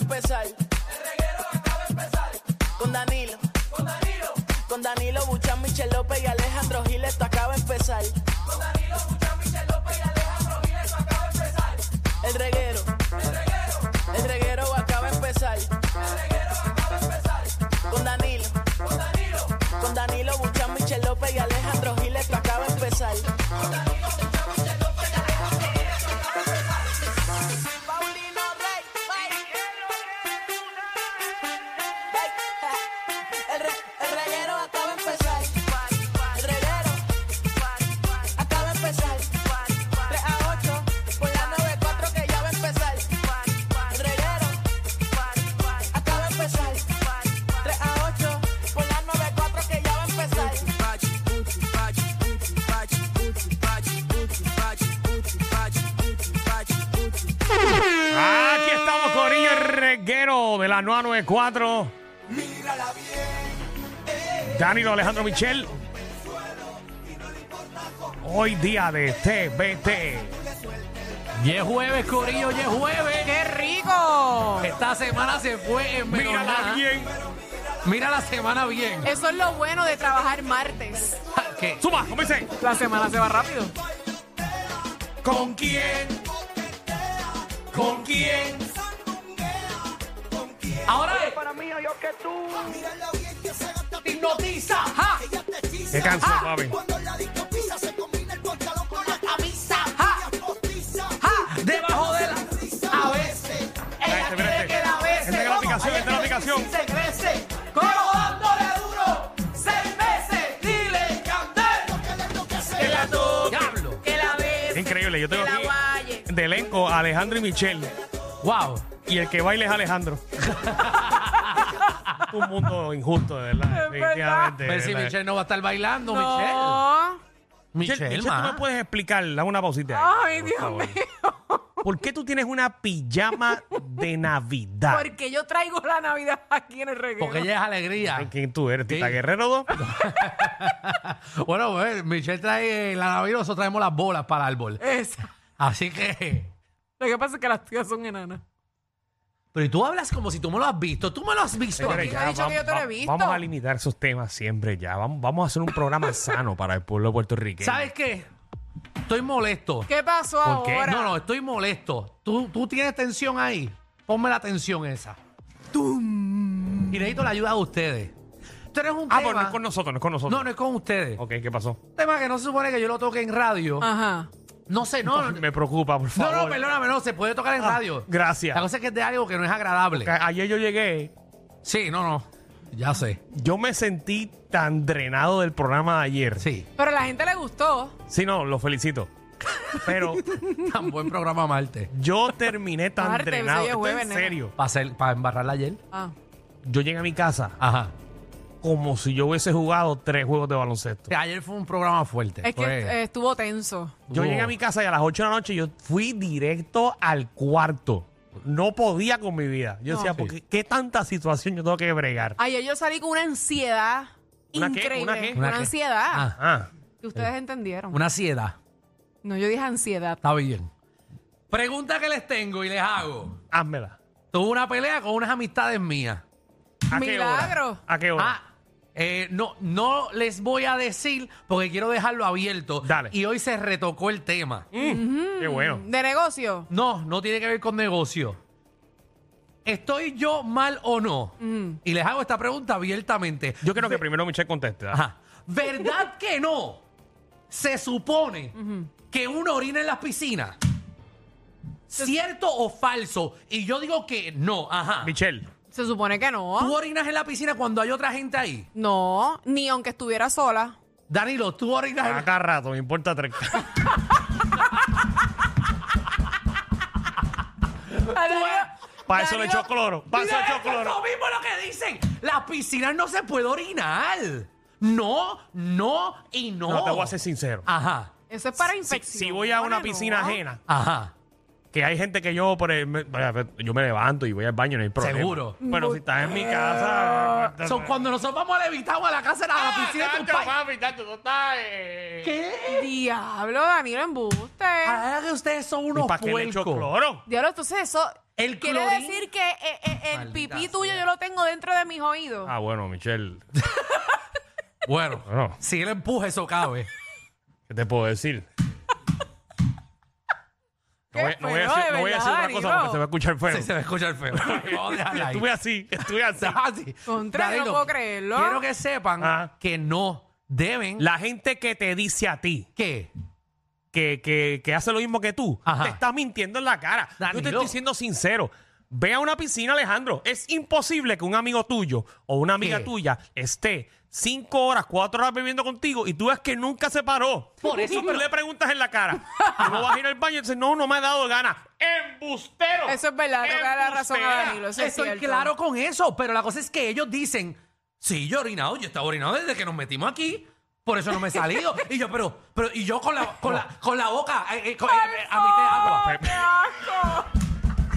empezar. El reguero acaba de empezar. Con Danilo. Con Danilo. Con Danilo Buchan, Michel López y Alejandro Gil, esto acaba de empezar. Con Danilo Buchan, Michel López y Alejandro Gil, esto acaba de empezar. El reguero. El reguero. El reguero acaba de empezar. El reguero acaba de empezar. Con Danilo. Con Danilo. Con Danilo Buchan, Michel López y Alejandro Gil, esto acaba de empezar. Con Danilo Buchan, Michel López y Alejandro Gil, esto acaba de empezar. Paulino Rey, El, re, el reguero acaba de empezar. El reguero acaba de empezar. 3 a 8 por la 94 que ya va a empezar. El reguero acaba de empezar. 3 a 8 por la 94 que ya va a empezar. Aquí estamos, Corillo, el reguero de la 994. Danilo Alejandro Michel. Hoy día de TBT. Y es jueves, Corillo, y es jueves. ¡Qué rico! Esta semana se fue en menos Mírala nada. bien. Mira la semana bien. Eso es lo bueno de trabajar martes. ¿Qué? Suma, comencé. La semana se va rápido. ¿Con quién? ¿Con quién? Ahora Qué canso, papi. debajo de la... Espérate, Este, espérate. Entrega la aplicación, entrega la aplicación. ¡Diablo! Increíble, yo tengo aquí Valle. de elenco a Alejandro y Michelle. ¡Wow! Y el que baila es Alejandro. Un mundo injusto, de verdad. Es verdad. definitivamente, de Ver si verdad. Michelle no va a estar bailando, No. Michelle. Michelle, Michelle, ma. ¿tú me puedes explicar? Dame una pausita. ahí, Ay, por Dios favor. mío. ¿Por qué tú tienes una pijama de Navidad? Porque yo traigo la Navidad aquí en el reguero. Porque ella es alegría. ¿Quién tú eres? ¿Tita Sí. Guerrero 2? Bueno, pues, Michelle trae la Navidad, nosotros traemos las bolas para el árbol. Esa. Así que... Lo que pasa es que las tuyas son enanas. Pero y tú hablas como si tú me lo has visto. Tú me lo has visto. Señores, yo he dicho que yo te lo he visto. Vamos a limitar esos temas siempre ya. Vamos, vamos a hacer un programa sano para el pueblo puertorriqueño. ¿Sabes qué? Estoy molesto. ¿Qué pasó ¿Por qué? ahora? No, no, estoy molesto. ¿Tú, tú tienes tensión ahí. Ponme la tensión esa. Y necesito la ayuda de ustedes. Tú eres un Ah, tema. pues no es con nosotros, no es con nosotros. No, no es con ustedes. Ok, ¿qué pasó? Un tema que no se supone que yo lo toque en radio. Ajá. No sé, no. No, Me preocupa, por favor. no, perdóname, no, se puede tocar en radio. Gracias. La cosa es que es de algo que no es agradable. A- Ayer yo llegué, Sí, no, no. Ya sé. yo me sentí tan drenado del programa de ayer. Sí. Pero a la gente le gustó. Sí, no, lo felicito. Pero Tan buen programa Marte. yo terminé tan Martes, drenado. hoy es Esto jueves, en nena. serio. Para embarrarla ayer. Ah. Yo llegué a mi casa Ajá. como si yo hubiese jugado tres juegos de baloncesto. Ayer fue un programa fuerte. Es que Fue- eh, estuvo tenso. Yo llegué a mi casa y a las 8 de la noche yo fui directo al cuarto. No podía con mi vida. Yo decía, Sí. ¿por qué, qué tanta situación yo tengo que bregar? Ayer yo salí con una ansiedad ¿Una qué? increíble. ¿Una qué? Una ¿Una qué? ansiedad. Ah. Ah, Que ustedes entendieron. Una ansiedad. No, yo dije ansiedad. Está bien. Pregunta que les tengo y les hago. házmela. Tuve una pelea con unas amistades mías. ¿A qué Milagro. hora? ¿A qué hora? Ah, eh, no, no les voy a decir porque quiero dejarlo abierto. Dale. Y hoy se retocó el tema. Mm, Qué bueno. ¿De negocio? No, no tiene que ver con negocio. ¿Estoy yo mal o no? Y les hago esta pregunta abiertamente. Yo creo que primero Michelle conteste. ¿ah? Ajá. ¿Verdad que no? Se supone que uno orina en las piscinas. ¿Cierto o falso? Y yo digo que no. Ajá. Michelle, Se supone que ¿Tú no. orinas en la piscina cuando hay otra gente ahí? No, ni aunque estuviera sola. Danilo, tú orinas en la... acá rato, me importa tres. Para eso le Danilo, echo cloro. Para eso le Mira, echo esto es cloro. lo mismo lo que dicen. Las piscinas no se puede orinar. No, no y no. No, te voy a ser sincero. Ajá, Eso es para Si, infección. si voy a una Bueno, piscina no. ajena, ajá. que hay gente que yo por el- me- pues, yo me levanto y voy al baño, no hay problema. Seguro. Pero si estás en mi casa. Ah, Son cuando nosotros vamos a levitar o a la casa, a Ah, la piscina de tus pais. eh, ¿Qué? Diablo, Danilo, embuste. Ahora que ustedes son unos ¿Para qué le echo puercos. cloro? Diablo, entonces eso El quiere clorín. decir que eh, eh, pipí tuyo yo lo tengo dentro de mis oídos. Ah, bueno, Michelle. Bueno, Bueno. si él empuja, eso cabe. ¿Qué te puedo decir? No Qué voy, no voy a feo, decir, de no voy a decir verdad, otra cosa porque Danilo. se va a escuchar feo. Sí, se va a escuchar feo. Vamos a dejarla ahí. estuve así, estuve así. Así. Contra, Danilo, no puedo creerlo. Quiero que sepan Ah. que no deben. La gente que te dice a ti ¿Qué? que, que, que hace lo mismo que tú, Ajá. te está mintiendo en la cara. Yo te Danilo. estoy siendo sincero. Ve a una piscina, Alejandro. Es imposible que un amigo tuyo o una amiga ¿Qué? tuya esté cinco horas, cuatro horas viviendo contigo y tú ves que nunca se paró. Por eso, tú pero- le preguntas en la cara. Tú no vas a ir al baño y dices, no, no me ha dado ganas. ¡Embustero! Eso es verdad, tengo que darle la razón a ¡Embustera! Danilo. Eso es Estoy cierto. claro con eso, pero la cosa es que ellos dicen, sí, yo he orinado, yo estaba orinado desde que nos metimos aquí. Por eso no me he salido. Y yo, pero, pero, y yo con la, con la, con la boca, eh, eh, con- eh, eh, a ¡Oh, mitad ¡Qué asco! de agua.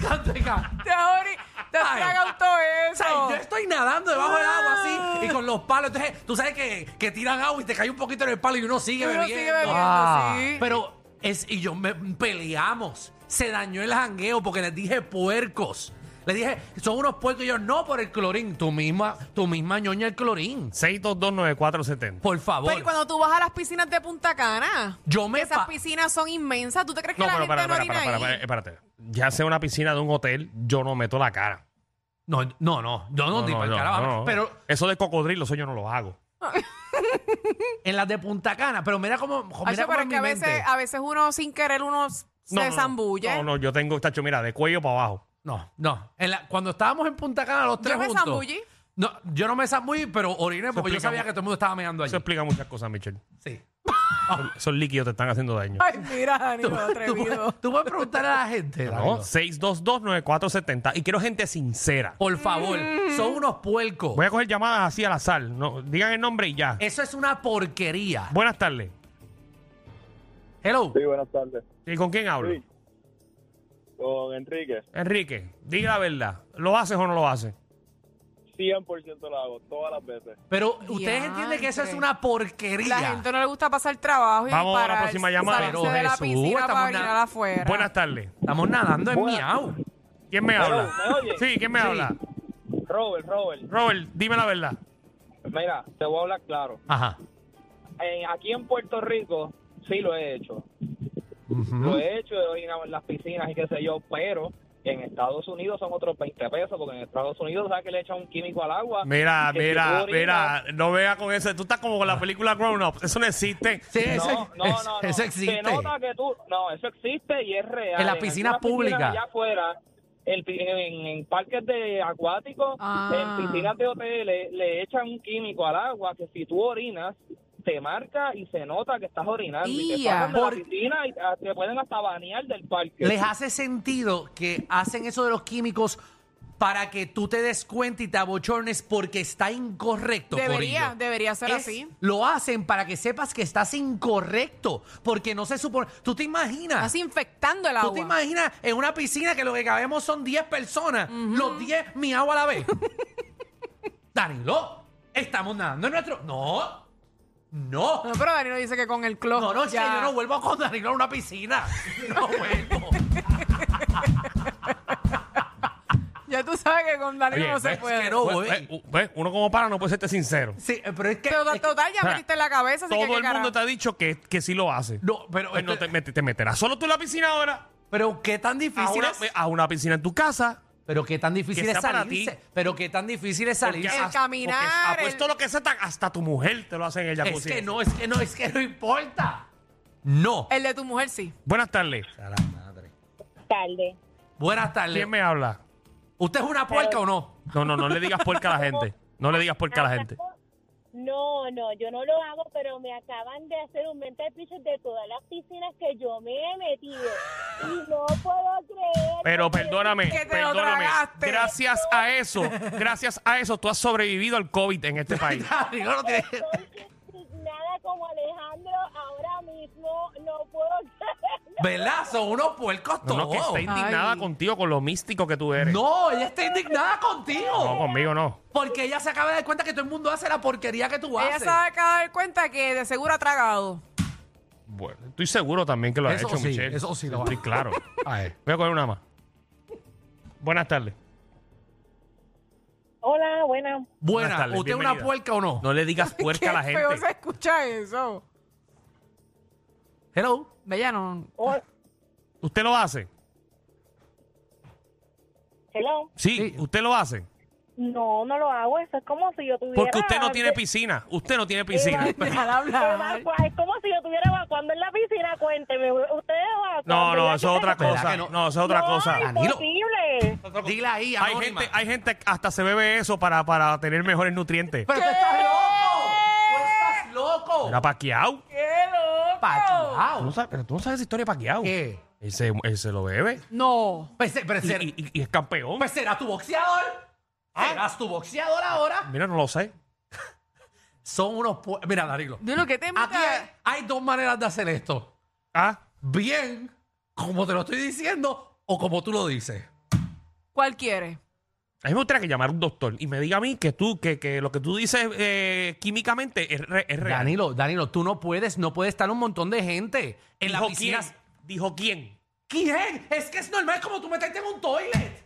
Te has ori- te has Ay. tragado todo O sea, yo eso. estoy nadando debajo del agua así y con los palos. Entonces, tú sabes que, que tiran agua y te cae un poquito en el palo y uno sigue Uno bebiendo. Ah. sigue bebiendo, Ah. sí. Pero es, y yo me peleamos. Se dañó el jangueo porque les dije puercos. Les dije, son unos puercos. Y yo, no por el clorín. Tú misma, tú misma ñoña el clorín. 6229470. Por favor. Pero ¿y cuando tú vas a las piscinas de Punta Cana, Yo me que esas pa- piscinas son inmensas, ¿tú te crees que No, la pero eh, gente espera, no espera, orina espera, espera, ahí? espérate. Ya sea una piscina de un hotel, yo no meto la cara. No, no, no. Yo no, ni pa'l carajo. no, no. Pero Eso de cocodrilo, eso yo no lo hago. en las de Punta Cana. Pero mira cómo. Ay, mira yo, cómo en pero es mi que a veces, mente. a veces uno sin querer uno se No, no, no. zambulle. No, no, yo tengo, tacho, mira, de cuello para abajo. No, no. En la- cuando estábamos en Punta Cana los Yo tres me juntos. zambullí. No, yo no me zambullí, pero oriné porque yo explica sabía mu- que todo el mundo estaba meando allí. Eso explica muchas cosas, Michelle. Sí. Esos líquidos te están haciendo daño. Ay, mira, Danilo, Tú atrevido. puedes, tú puedes preguntar a la gente, ¿No? Danilo. 6229470. Y quiero gente sincera. Por favor, Mm. son unos puercos. Voy a coger llamadas así al azar. No, digan el nombre y ya. Eso es una porquería. Buenas tardes. Hello. Sí, buenas tardes. ¿Y con quién hablo? Sí. Con Enrique, Enrique, diga la verdad. ¿Lo haces o no lo haces? 100% lo hago, todas las veces. Pero ustedes entienden que eso es Diantre. una porquería. La gente no le gusta pasar trabajo y Vamos a la parar, próxima llamada. salirse Pero de la Jesús, piscina estamos para na- orinar afuera. Buenas tardes. Estamos nadando en Buenas. miau. ¿Quién me Hello, habla? ¿me oye? Sí, ¿quién me Sí. habla? Robert, Robert, Robert, dime la verdad. mira, te voy a hablar claro. Ajá. En- aquí en Puerto Rico sí lo he hecho. Lo he hecho, he orinado en las piscinas y qué sé yo, pero en Estados Unidos son otros 20 pesos, porque en Estados Unidos sabes que le echan un químico al agua. Mira, que si tú mira, orinas- mira, no vea con eso. Tú estás como con la película Grown Up. Eso no existe. Sí, eso, No, no, no, eso- no. eso existe. Se nota que tú, no, eso existe y es real. En las piscinas algunas piscinas públicas. Allá afuera, el pi- en, en parques de acuáticos, Ah. en piscinas de hoteles, le echan un químico al agua que si tú orinas, te marca y se nota que estás orinando. Y te Ya. sacan de la Por- piscina y ah, te pueden hasta banear del parque. ¿Les hace sentido que hacen eso de los químicos para que tú te des cuenta y te abochornes porque está incorrecto? Debería, corillo? debería ser Es- así. Lo hacen para que sepas que estás incorrecto, porque no se supone... ¿Tú te imaginas? Estás infectando el ¿Tú te agua. imaginas en una piscina que lo que cabemos son 10 personas? Los 10 miau a la vez. Danilo, estamos nadando en nuestro... No, no. No, pero Danilo dice que con el cloro. No, no, es que ya. yo no vuelvo con Danilo a una piscina. No vuelvo. Ya tú sabes que con Danilo Oye, no se ves puede. que no. Pues, voy. ves, ves, uno como para no puede serte sincero. Sí, pero es que... Pero es que- total, ya Ah. metiste en la cabeza, así Todo que qué el mundo carajo. te ha dicho que, que sí lo hace. No, pero... Pues no este- te, met- te meterás solo tú en la piscina ahora. Pero qué tan A difícil una, es. a una piscina en tu casa. Pero qué tan difícil Que es sea para salirse. ti. Pero qué tan difícil es salirse. El has- caminar, porque Apuesto el- lo que sea, tan- hasta tu mujer te lo hacen en el Es jacuzzi. que no, es que no, es que no importa. No. El de tu mujer sí. Buenas tardes. tarde. Buenas tardes. ¿Quién me habla? ¿Usted es una puerca o no? No, no, no le digas porca a la gente. No le digas porca a la gente. No, no, yo no lo hago, pero me acaban de hacer un mental picture de todas las piscinas que yo me he metido. Y no puedo creer. Pero que- perdóname, Que te lo perdóname. tragaste. Gracias a eso, gracias a eso, tú has sobrevivido al COVID en este país. Danilo no tiene- Estoy indignada como Alejandro ahora mismo. No puedo creer. ¿Verdad? Son unos puercos No, todos. no, que está indignada Ay. contigo con lo místico que tú eres. No, ella está indignada No, contigo. conmigo no. Porque ella se acaba de dar cuenta que todo el mundo hace la porquería que tú Ella haces. se acaba de dar cuenta que de seguro ha tragado. Bueno, estoy seguro también que lo has Eso hecho, sí, Michelle. eso sí lo Estoy hago. claro. Voy a coger una más. Buenas tardes. Hola, buenas. Buena, Buenas tardes, ¿usted es una bienvenida. puerca o no? No le digas puerca a la Qué feo se gente. escucha eso. Hello. Bella, no. Hola. ¿Usted lo hace? Hello. Sí, Sí. usted lo hace. No, no lo hago. Eso es como si yo tuviera. Porque usted no tiene antes- piscina. Usted no tiene piscina. Déjala hablar. Evacua- Es como si yo estuviera evacuando en la piscina. Cuénteme, ustedes evacuan. No, no, ¿verdad eso que es otra ustedes- ¿Verdad cosa. que no? No, eso es otra No, cosa. Danilo. Imposible. Dile ahí, Hay anónima. gente, hay gente que hasta se bebe eso para, para tener mejores nutrientes. Pero tú estás loco. Tú estás loco. Era paqueado. ¡Qué loco! Tú no Paqueado. sabes- pero tú no sabes esa historia de paqueado. ¿Qué? Él se, él se lo bebe. No. Pues, eh, pero Y, ser- y- y- y es campeón. pues, serás tu boxeador. Serás tu boxeador ahora. Mira, no lo sé. Son unos... pue- Mira, Darilo. Dilo que te Aquí hay, invita. hay dos maneras de hacer esto. Ah, Bien, como te lo estoy diciendo, o como tú lo dices. ¿Cuál quiere? a mí me gustaría que llamara un doctor y me diga a mí que tú, que, que lo que tú dices eh, químicamente es, re- es real. Danilo, Danilo, tú no puedes, no puede estar un montón de gente en la Dijo piscina. quién. Dijo quién. ¿Quién? Es que es normal como tú meterte en un toilet.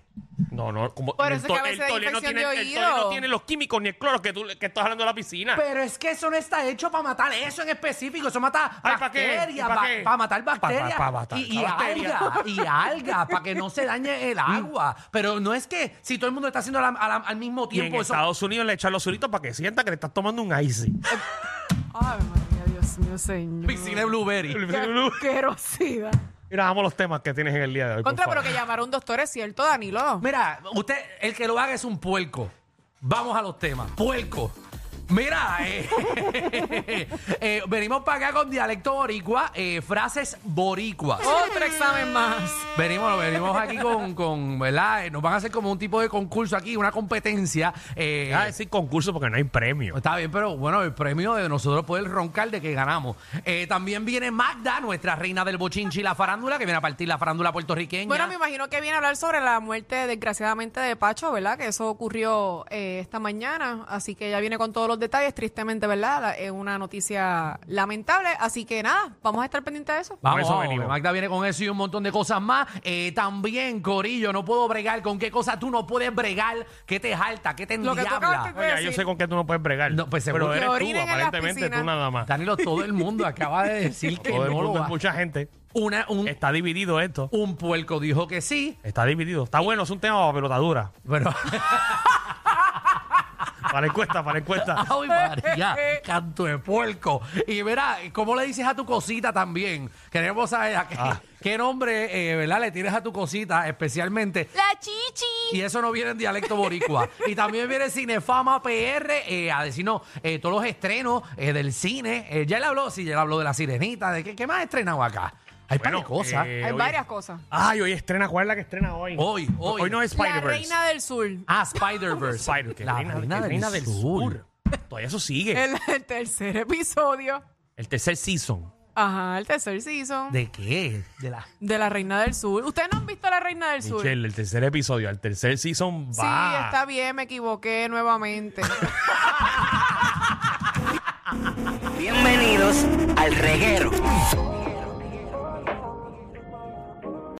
No, no, como Por el eso es que a to- el veces hay toilet no infección tiene, de el toilet no oído. tiene los químicos ni el cloro que tú le- que estás hablando de la piscina. Pero es que eso no está hecho para matar eso en específico. Eso mata Ay, ¿pa' qué? bacterias, ¿Pa' ba- qué? pa' matar Pa- pa- bacterias pa' matar y, y bacterias. alga, y alga, para que no se dañe el agua. Pero no es que si todo el mundo está haciendo a la- a la- al mismo y en tiempo eso. Estados Unidos le echan los solitos para que sienta que le estás tomando un icy. Ay, María, Dios mío, señor. Piscina de blueberry. Mira, Qué asquerosidad. vamos a los temas que tienes en el día de hoy. por Contra, pero favor. que llamar a un doctor es cierto, Danilo. Mira, usted, el que lo haga es un puerco. Vamos a los temas. Puerco. Mira, eh, eh, venimos para acá con dialecto boricua, eh, frases boricuas. Otro examen más. Venimos, venimos aquí con, con, ¿verdad? Eh, Nos van a hacer como un tipo de concurso aquí, una competencia. eh, Deja de decir concurso porque no hay premio. Está bien, pero bueno, el premio de nosotros poder roncar de que ganamos. Eh, también viene Magda, nuestra reina del bochinchi y la farándula, que viene a partir la farándula puertorriqueña. Bueno, me imagino que viene a hablar sobre la muerte, desgraciadamente, de Pacho, ¿verdad? Que eso ocurrió eh, esta mañana, así que ya viene con todos los detalles, tristemente, ¿verdad? La- Es una noticia lamentable, así que nada, vamos a estar pendientes de eso. Con Vamos, eso vamos, venimos. Magda viene con eso y un montón de cosas más. Eh, también, Corillo, no puedo bregar. ¿Con qué cosa tú no puedes bregar? ¿Qué te jalta? ¿Qué te Lo que tú endiabla? acabaste de- Oye, ya decir- yo sé con qué tú no puedes bregar. No, pues seguro. pero Que eres tú, Pues orinen en las aparentemente piscinas. tú nada más. Danilo, todo el mundo acaba de decir que Todo el no mundo, lo va. mucha gente. Una, un, Está dividido esto. un puerco dijo que sí, Está dividido. Está bueno, es un tema para pelotadura. pero... Para la encuesta, para la encuesta. ¡Ay, María! ¡Canto de puerco! Y verá, ¿cómo le dices a tu cosita también? Queremos saber a qué, Ah. qué nombre, eh, ¿verdad? Le tienes a tu cosita especialmente. La chichi. Y eh, eso no viene en dialecto boricua. y también viene Cinefama PR eh, a decirnos eh, todos los estrenos eh, del cine. Eh, ya le habló, sí, ya le habló de La Sirenita, de qué, qué más ha estrenado acá. Hay Bueno, varias cosas. eh, Hay hoy- varias cosas. Ay, hoy estrena. ¿Cuál es la que estrena hoy? Hoy, hoy. Hoy no es La Spider-Verse. reina del sur. Ah, Spider-Verse. Spider, que la reina, reina que del, reina del sur. sur. Todavía eso sigue. El, El, el tercer episodio. tercer season. Ajá, el tercer season. De, ¿De qué? De la... la reina del sur. ¿Ustedes no han visto la reina del sur? Michelle, el tercer episodio, el tercer season Sí, va. está bien, me equivoqué nuevamente. Bienvenidos al reguero.